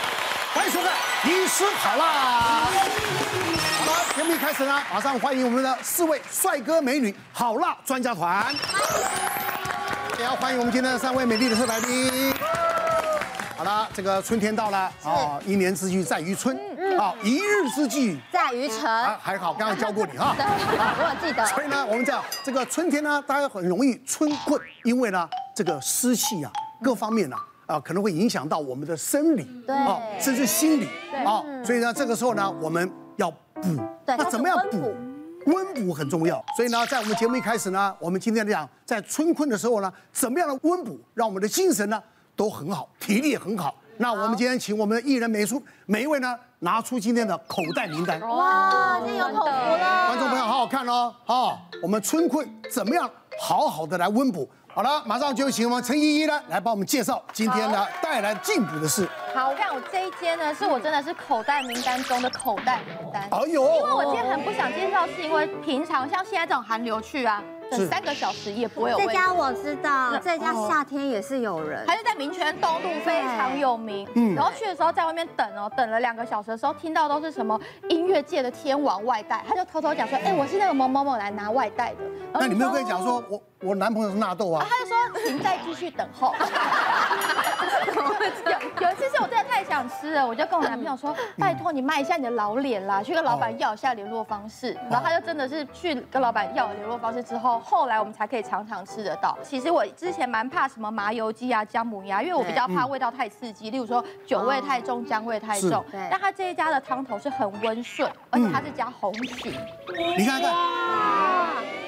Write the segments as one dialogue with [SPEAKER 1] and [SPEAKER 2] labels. [SPEAKER 1] 迎收看《医师跑啦》。好了，节目一开始呢，马上欢迎我们的四位帅哥美女好辣专家团，也要欢迎我们今天的三位美丽的特来宾。好了，这个春天到了啊，一年之计在于春啊，一日之计
[SPEAKER 2] 在于晨，
[SPEAKER 1] 啊，还好，刚刚教过你啊哈。
[SPEAKER 2] 对，我记得。
[SPEAKER 1] 所以呢，我们讲这个春天呢，大家很容易春困，因为呢，这个湿气啊，各方面呢、啊，可能会影响到我们的生理，啊
[SPEAKER 2] 对
[SPEAKER 1] 甚至心理，
[SPEAKER 2] 对嗯
[SPEAKER 1] 啊、所以呢，这个时候呢，我们要补，
[SPEAKER 2] 对
[SPEAKER 1] 那怎么样
[SPEAKER 2] 它是
[SPEAKER 1] 补
[SPEAKER 2] 温？
[SPEAKER 1] 温补很重要，所以呢，在我们节目一开始呢，我们今天讲在春困的时候呢，怎么样的温补，让我们的精神呢都很好，体力也很好。那我们今天请我们的艺人美术每一位呢，拿出今天的口袋名单。哦
[SPEAKER 2] 哇，今天有口福了。
[SPEAKER 1] 观众朋友好好看哦，哦，我们春困怎么样好好的来温补？好了，马上就请我们陈依依呢来帮我们介绍今天呢带来进补的事。
[SPEAKER 3] 好，我跟你讲，我这一间呢，是我真的是口袋名单中的口袋名单。
[SPEAKER 1] 哎
[SPEAKER 3] 因为我
[SPEAKER 1] 呦，
[SPEAKER 3] 今天很不想介绍，是因为平常像现在这种寒流去啊，
[SPEAKER 1] 是
[SPEAKER 3] 等三个小时也不会有
[SPEAKER 2] 这
[SPEAKER 3] 味道。
[SPEAKER 2] 家我知道，这家夏天也是有人。
[SPEAKER 3] 还是在民权东路非常有名，
[SPEAKER 1] 嗯
[SPEAKER 3] 然后去的时候在外面等哦，等了两个小时的时候，听到都是什么音乐界的天王外带，他就偷偷讲说，哎，我是那个某某某来拿外带的。然后
[SPEAKER 1] 那你没有
[SPEAKER 3] 说
[SPEAKER 1] 跟你讲说我我男朋友是纳豆啊
[SPEAKER 3] 啊，？他就说请再继续等候。 有有一次是我真的太想吃了，我就跟我男朋友说，拜托你卖一下你的老脸啦，去跟老板要一下联络方式。然后他就真的是去跟老板要了联络方式之后，后来我们才可以常常吃得到。其实我之前蛮怕什么麻油鸡啊、姜母鸭，因为我比较怕味道太刺激，例如说酒味太重、姜味太
[SPEAKER 1] 是
[SPEAKER 3] 重。
[SPEAKER 2] 对
[SPEAKER 3] 但他这一家的汤头是很温顺，而且它是加红曲。
[SPEAKER 1] 你看看，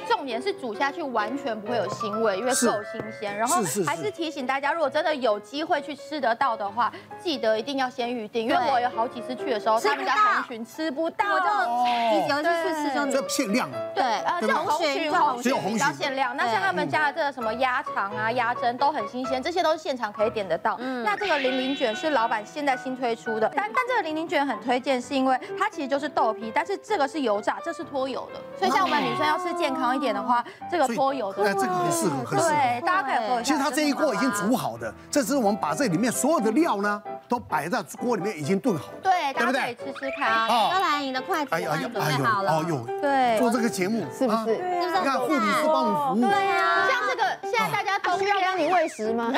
[SPEAKER 3] 重点是煮下去完全不会有腥味，因为
[SPEAKER 1] 是
[SPEAKER 3] 够新鲜。然后
[SPEAKER 1] 是是是
[SPEAKER 3] 还是提醒大家，如果真的有机会去吃得到的话，记得一定要先预定，因为
[SPEAKER 2] 对
[SPEAKER 3] 我有好几次去的时候，
[SPEAKER 2] 吃不
[SPEAKER 3] 他
[SPEAKER 2] 到
[SPEAKER 3] 们家红裙吃不到，
[SPEAKER 2] 我就
[SPEAKER 1] 哦
[SPEAKER 2] 有一次去吃就
[SPEAKER 1] 这限量啊，
[SPEAKER 2] 对，
[SPEAKER 3] 呃，这种红裙红
[SPEAKER 1] 只有
[SPEAKER 3] 裙
[SPEAKER 1] 红
[SPEAKER 3] 比
[SPEAKER 1] 曲
[SPEAKER 3] 较限量，那
[SPEAKER 2] 对
[SPEAKER 3] 像他们家的这个什么鸭肠啊、鸭胗都很新鲜，这些都是现场可以点得到。
[SPEAKER 2] 嗯
[SPEAKER 3] 那这个零零卷是老板现在新推出的，但但这个零零卷很推荐，是因为它其实就是豆皮，但是这个是油炸，这是脱油的，所以像我们女生要吃健康一点的话，这个
[SPEAKER 1] 所以哎
[SPEAKER 3] 脱油的
[SPEAKER 1] 那这个很适合，很适合。
[SPEAKER 3] 对，大家可以喝一下。
[SPEAKER 1] 其实它这一锅已经煮好的，这是我们把这里面所有的料呢都摆在锅里面已经炖好了。哎
[SPEAKER 3] 对，
[SPEAKER 1] 对不对
[SPEAKER 3] 大家可以吃吃看。啊
[SPEAKER 2] 好，高兰你的筷子我帮你准备好了，
[SPEAKER 1] 哎呦，
[SPEAKER 3] 对，
[SPEAKER 1] 做这个节目是不是？
[SPEAKER 2] 是不是
[SPEAKER 1] 你看护理师帮我们服务。
[SPEAKER 2] 对啊呀，
[SPEAKER 3] 像这个现在大家都需要帮你喂食吗？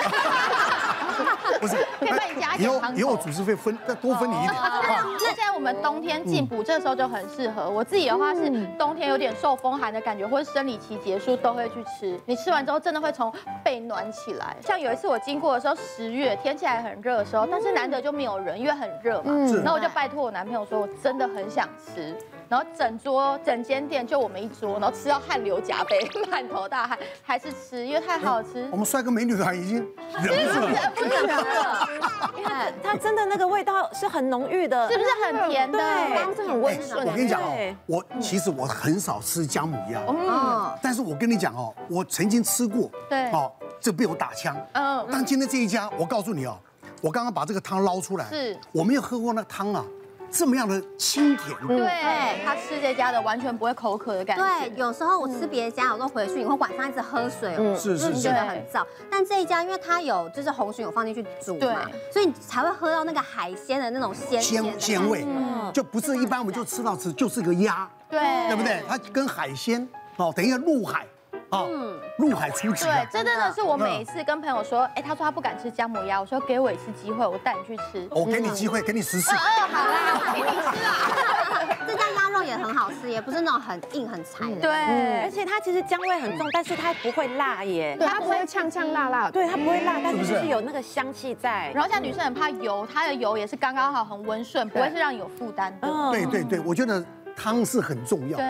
[SPEAKER 1] 不是，
[SPEAKER 3] 可以帮你加一
[SPEAKER 1] 以
[SPEAKER 3] 点
[SPEAKER 1] 后
[SPEAKER 3] 汤头
[SPEAKER 1] 以后主持费分再多分你一
[SPEAKER 3] 哦
[SPEAKER 1] 点。啊
[SPEAKER 3] 那现在我们冬天进补，这时候就很适合。我自己的话是
[SPEAKER 1] 嗯
[SPEAKER 3] 冬天有点受风寒的感觉，或是生理期结束都会去吃。你吃完之后真的会从被暖起来。像有一次我经过的时候，十月天气还很热的时候，但是难得就没有人，因为很热嘛
[SPEAKER 1] 嗯是。
[SPEAKER 3] 然后我就拜托我男朋友说，我真的很想吃。然后整桌整间店就我们一桌，然后吃到汗流浃背，满头大汗，还是吃，因为太好吃
[SPEAKER 1] 我。们帅哥美女啊团已经忍不住了。
[SPEAKER 3] 忍不住吃了，
[SPEAKER 4] 它真的那个味道是很浓郁的，
[SPEAKER 3] 是不是很甜的？
[SPEAKER 4] 对
[SPEAKER 2] 是很
[SPEAKER 1] 哎我跟你讲哦
[SPEAKER 4] 对，
[SPEAKER 1] 我其实我很少吃姜母鸭，
[SPEAKER 3] 哦
[SPEAKER 2] 嗯，
[SPEAKER 1] 但是我跟你讲哦，我曾经吃过，
[SPEAKER 3] 对
[SPEAKER 1] 哦，这被我打枪。
[SPEAKER 3] 嗯
[SPEAKER 1] 但今天这一家，我告诉你哦，我刚刚把这个汤捞出来，
[SPEAKER 3] 是
[SPEAKER 1] 我没有喝过那个汤啊，这么样的清甜。
[SPEAKER 3] 嗯对，他吃这家的完全不会口渴的感觉。
[SPEAKER 2] 对，有时候我吃别的家，我都回去，你会晚上一直喝水，
[SPEAKER 3] 嗯
[SPEAKER 2] 哦，
[SPEAKER 1] 是是
[SPEAKER 2] 就是觉得很燥。但这一家，因为它有就是红鲟有放进去煮嘛，所以你才会喝到那个海鲜的那种鲜甜的嗯
[SPEAKER 1] 鲜鲜味，嗯就不是一般我们就吃到吃就是个鸭，
[SPEAKER 3] 对
[SPEAKER 1] 对不对？它跟海鲜哦，等一下陆海啊，陆海出击啊
[SPEAKER 3] 嗯对，，这真的是我每一次跟朋友说，哎，他说他不敢吃姜母鸭，我说给我一次机会，我带你去吃。哦
[SPEAKER 1] 我给你机
[SPEAKER 3] 嗯
[SPEAKER 1] 会，给你十次。
[SPEAKER 2] 这家鸭肉也很好吃，也不是那种很硬很柴的。
[SPEAKER 3] 对，
[SPEAKER 4] 而且它其实姜味很重，但是它不会辣耶。
[SPEAKER 5] 对，它不会呛呛辣辣的。
[SPEAKER 4] 对，它不会辣，但
[SPEAKER 1] 是
[SPEAKER 4] 是
[SPEAKER 1] 不是
[SPEAKER 4] 就是有那个香气在。
[SPEAKER 3] 然后像女生很怕油，它的油也是刚刚好，很温顺，不会是让你有负担的。
[SPEAKER 4] 嗯
[SPEAKER 1] 对对对，我觉得汤是很重要
[SPEAKER 3] 对，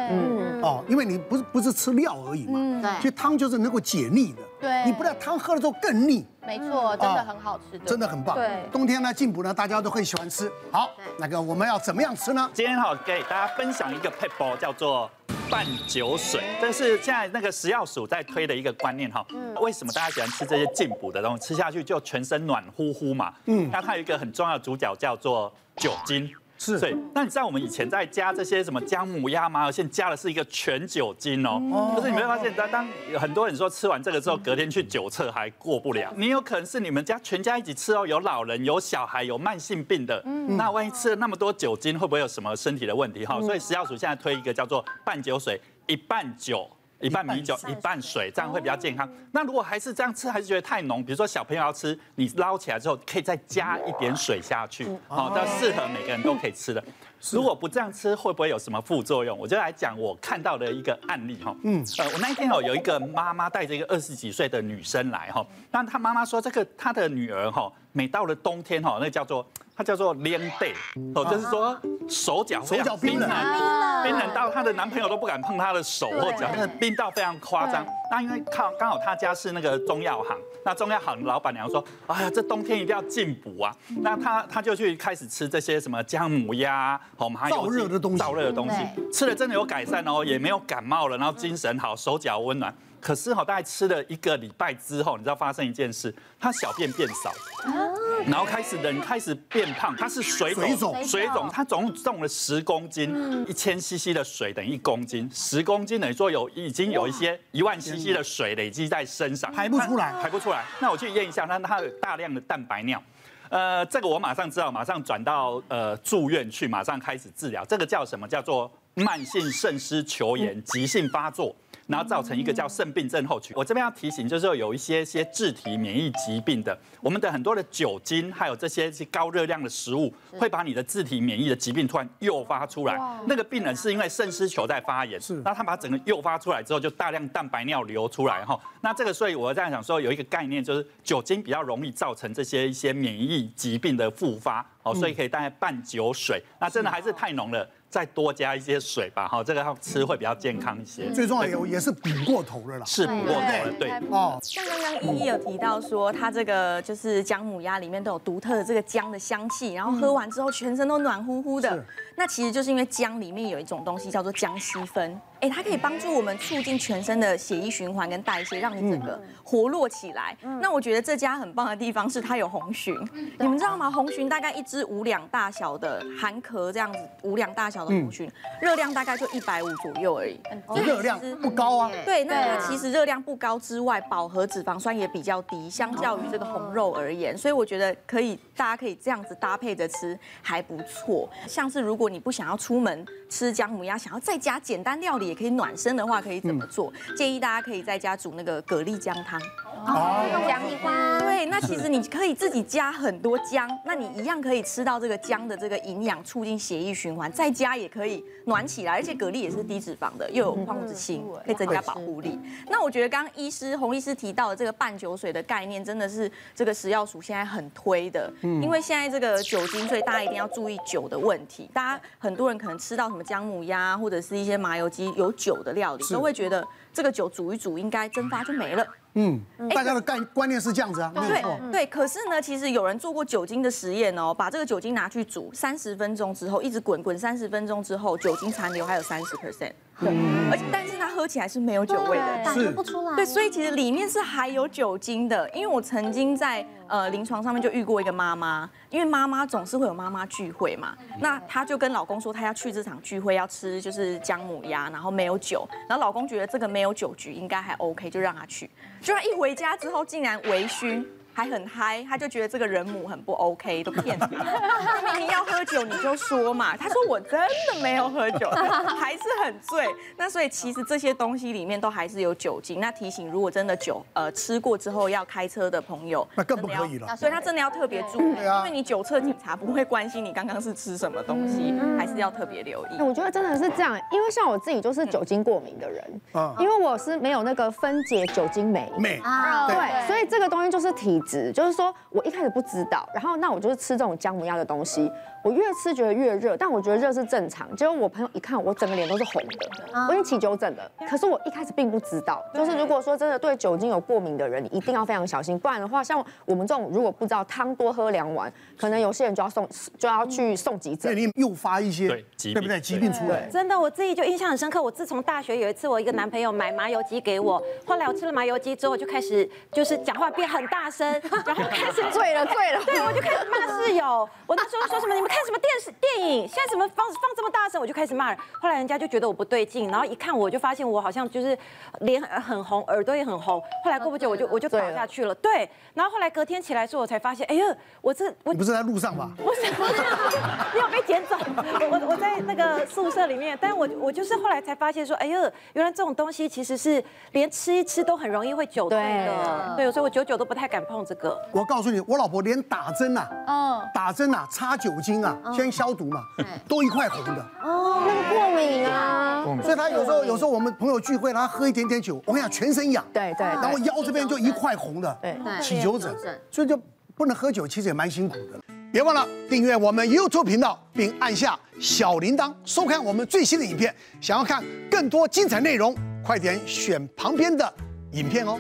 [SPEAKER 1] 哦，因为你不是不是吃料而已嘛，
[SPEAKER 3] 嗯
[SPEAKER 2] 对
[SPEAKER 1] 其实汤就是能够解腻的。
[SPEAKER 3] 对
[SPEAKER 1] 你不但汤喝了之后更腻，
[SPEAKER 3] 没错，真的很好吃的，
[SPEAKER 1] 啊真的很棒。
[SPEAKER 3] 对，
[SPEAKER 1] 冬天呢进补呢，大家都很喜欢吃。好
[SPEAKER 2] 对，
[SPEAKER 1] 那个我们要怎么样吃呢？
[SPEAKER 6] 今天哈给大家分享一个 p e p l 叫做半酒水，这是现在那个食药署在推的一个观念哈。为什么大家喜欢吃这些进补的东西？吃下去就全身暖乎乎嘛。嗯，那它有一个很重要的主角叫做酒精。
[SPEAKER 1] 是
[SPEAKER 6] 对。那你知道我们以前在加这些什么姜母鸭、麻油线，加的是一个全酒精哦，就是你没有发现，当当很多人说吃完这个之后，隔天去酒测还过不了，你有可能是你们家全家一起吃哦，有老人、有小孩、有慢性病的，那万一吃了那么多酒精，会不会有什么身体的问题哈？所以食药署现在推一个叫做半酒水，一半酒。一半米酒，一半水，这样会比较健
[SPEAKER 1] 哦
[SPEAKER 6] 康。那如果还是这样吃，还是觉得太浓，比如说小朋友要吃，你捞起来之后可以再加一点水下去，
[SPEAKER 1] 嗯哦
[SPEAKER 6] 好，这适合每个人都可以吃的。如果不这样吃，会不会有什么副作用？我就来讲我看到的一个案例哈。嗯，呃，我那一天哦，有一个妈妈带着一个二十几岁的女生来哈，那她妈妈说这个她的女儿哈，每到了冬天哈，那叫做它叫做 l a day，哦，就是说手脚非常
[SPEAKER 1] 手脚冰冷
[SPEAKER 3] 嗯
[SPEAKER 6] 冷冰冷到她的男朋友都不敢碰她的手或脚，那个冰到非常夸张。那因为靠刚好她家是那个中药行，那中药行老板娘说，哎呀，这冬天一定要进补啊。那她她就去开始吃这些什么姜母鸭，哦，麻油
[SPEAKER 1] 燥
[SPEAKER 6] 鸡
[SPEAKER 1] 热的东西
[SPEAKER 6] 燥热的东西，吃了真的有改善哦，也没有感冒了，然后精神好，手脚温暖。可是哈，大概吃了一个礼拜之后，你知道发生一件事，她小便变少，然后开始人开始变胖，她是水
[SPEAKER 1] 水
[SPEAKER 6] 肿，
[SPEAKER 1] 肿
[SPEAKER 6] 水肿，她总共重了十公斤，一千 CC 的水等于一公斤，十公斤等于说有已经有一些一万 CC 的水累积在身上，
[SPEAKER 1] 排不出来
[SPEAKER 6] 排不出来。那我去验一下，那她有大量的蛋白尿。呃，这个我马上知道，马上转到呃住院去，马上开始治疗。这个叫什么？叫做慢性肾丝球炎，急性发作。然后造成一个叫肾病症候群。我这边要提醒，就是说有一些些自体免疫疾病的，我们的很多的酒精，还有这些高热量的食物，会把你的自体免疫的疾病突然诱发出来。那个病人是因为肾丝球在发炎，
[SPEAKER 1] 是
[SPEAKER 6] 那他把整个诱发出来之后，就大量蛋白尿流出来哈。那这个，所以我这样想说，有一个概念就是酒精比较容易造成这些一些免疫疾病的复发
[SPEAKER 1] 嗯
[SPEAKER 6] 哦，所以可以大概半酒水。那真的还是太浓了。再多加一些水吧，哈，这个要吃会比较健康一些。
[SPEAKER 1] 最重要有也是补过头了啦。
[SPEAKER 6] 是不过头了，对。
[SPEAKER 1] 哦，
[SPEAKER 5] 像刚刚依依有提到说，它这个就是姜母鸭里面都有独特的这个姜的香气，然后喝完之后全身都暖乎乎的
[SPEAKER 1] 是。
[SPEAKER 5] 那其实就是因为姜里面有一种东西叫做姜烯酚，哎，它可以帮助我们促进全身的血液循环跟代谢，让你整个活络起来。那我觉得这家很棒的地方是它有红鲟，你们知道吗？红鲟大概一只五两大小的含壳这样子，五两大小的红鲟，热量大概就一百五左右而已。所以
[SPEAKER 1] 热量
[SPEAKER 5] 其实
[SPEAKER 1] 不高啊，
[SPEAKER 5] 对，那它其实热量不高之外，饱和脂肪酸也比较低，相较于这个红肉而言，所以我觉得可以，大家可以这样子搭配着吃，还不错。像是如果你不想要出门吃姜母鸭，想要在家简单料理也可以暖身的话，可以怎么做？建议大家可以在家煮那个蛤蜊姜汤。
[SPEAKER 3] 讲你
[SPEAKER 5] 对，那其实你可以自己加很多姜，那你一样可以吃到这个姜的这个营养，促进血液循环，再加也可以暖起来，而且蛤蜊也是低脂肪的，又有矿物质锌，可以增加保护力。那我觉得刚刚医师洪医师提到的这个半酒水的概念，真的是这个食药署现在很推的，因为现在这个酒精，所以大家一定要注意酒的问题。大家很多人可能吃到什么姜母鸭啊或者是一些麻油鸡有酒的料理，都会觉得这个酒煮一煮应该蒸发就没了。
[SPEAKER 1] 嗯，大家的概观念是这样子啊，没有错。
[SPEAKER 5] 对对，可是呢，其实有人做过酒精的实验哦，把这个酒精拿去煮三十分钟之后，一直滚滚三十分钟之后，酒精残留还有三十 percent，而且但是它喝起来是没有酒味的。
[SPEAKER 2] 感觉不出来。啊
[SPEAKER 5] 对，所以其实里面是含有酒精的，因为我曾经在呃临床上面就遇过一个妈妈，因为妈妈总是会有妈妈聚会嘛，那她就跟老公说她要去这场聚会，要吃就是姜母鸭，然后没有酒，然后老公觉得这个没有酒局应该还 OK，就让她去，就她一回家之后竟然微醺。还很嗨，她就觉得这个人母很不 OK，都骗她。她明明要喝酒，你就说嘛。她说我真的没有喝酒，还是很醉。那所以其实这些东西里面都还是有酒精。那提醒，如果真的酒呃吃过之后要开车的朋友，
[SPEAKER 1] 那更不
[SPEAKER 5] 真的要
[SPEAKER 1] 可以了
[SPEAKER 5] 所以他真的要特别注意，
[SPEAKER 1] 对啊
[SPEAKER 5] 因为你酒测警察不会关心你刚刚是吃什么东西，
[SPEAKER 1] 嗯
[SPEAKER 5] 还是要特别留意。
[SPEAKER 7] 我觉得真的是这样，因为像我自己就是酒精过敏的人，
[SPEAKER 1] 嗯
[SPEAKER 7] 因为我是没有那个分解酒精酶。
[SPEAKER 1] 美，
[SPEAKER 3] 哦
[SPEAKER 2] 啊，
[SPEAKER 7] 对，所以这个东西就是体质，就是说我一开始不知道，然后那我就是吃这种姜母鸭的东西，我越吃觉得越热，但我觉得热是正常。结果我朋友一看，我整个脸都是红的，我已经起酒疹了。可是我一开始并不知道，就是如果说真的嗯对酒精有过敏的人，你一定要非常小心，不然的话，像我们这种如果不知道汤多喝两碗，可能有些人就要送就要去送急
[SPEAKER 1] 所
[SPEAKER 7] 诊。
[SPEAKER 1] 以你诱发一些
[SPEAKER 6] 对疾病
[SPEAKER 1] 对不对？疾病出来，
[SPEAKER 4] 真的，我自己就印象很深刻。我自从大学有一次，我一个男朋友买麻油鸡给我，后来我吃了麻油鸡之后，我就开始就是讲话 变很大声，然后开始
[SPEAKER 7] 醉了醉了，
[SPEAKER 4] 对，我就开始骂室友。我那时候说什么？你们开什什么电视电影？现在怎么放放这么大声？我就开始骂人。后来人家就觉得我不对劲，然后一看我就发现我好像就是脸很红，耳朵也很红。后来过不久我就我就倒下去了。对，然后后来隔天起来之后，我才发现，哎呀，我这我
[SPEAKER 1] 你不是在路上吧？
[SPEAKER 4] 不是，不是， 没有被捡走。我我在那个宿舍里面，但我我就是后来才发现说，哎呦，原来这种东西其实是连吃一吃都很容易会酒醉的。对，所以我久久都不太敢碰这个。
[SPEAKER 1] 我告诉你，我老婆连打针啊，
[SPEAKER 3] 嗯
[SPEAKER 1] 打针啊，擦酒精啊，
[SPEAKER 2] 嗯
[SPEAKER 1] 先消毒嘛，都一块红的。
[SPEAKER 2] 哦，那个过敏啊，
[SPEAKER 1] 所以她有时候有时候我们朋友聚会，她喝一点点酒，我跟你讲全身痒，
[SPEAKER 7] 对啊对
[SPEAKER 1] 然后
[SPEAKER 7] 对，
[SPEAKER 1] 腰这边就一块红的，
[SPEAKER 7] 对
[SPEAKER 2] 对
[SPEAKER 1] 起酒疹
[SPEAKER 2] 起酒疹，
[SPEAKER 1] 所以就不能喝酒，其实也蛮辛苦的。别忘了订阅我们 YouTube 频道，并按下小铃铛，收看我们最新的影片。想要看更多精彩内容，快点选旁边的影片哦。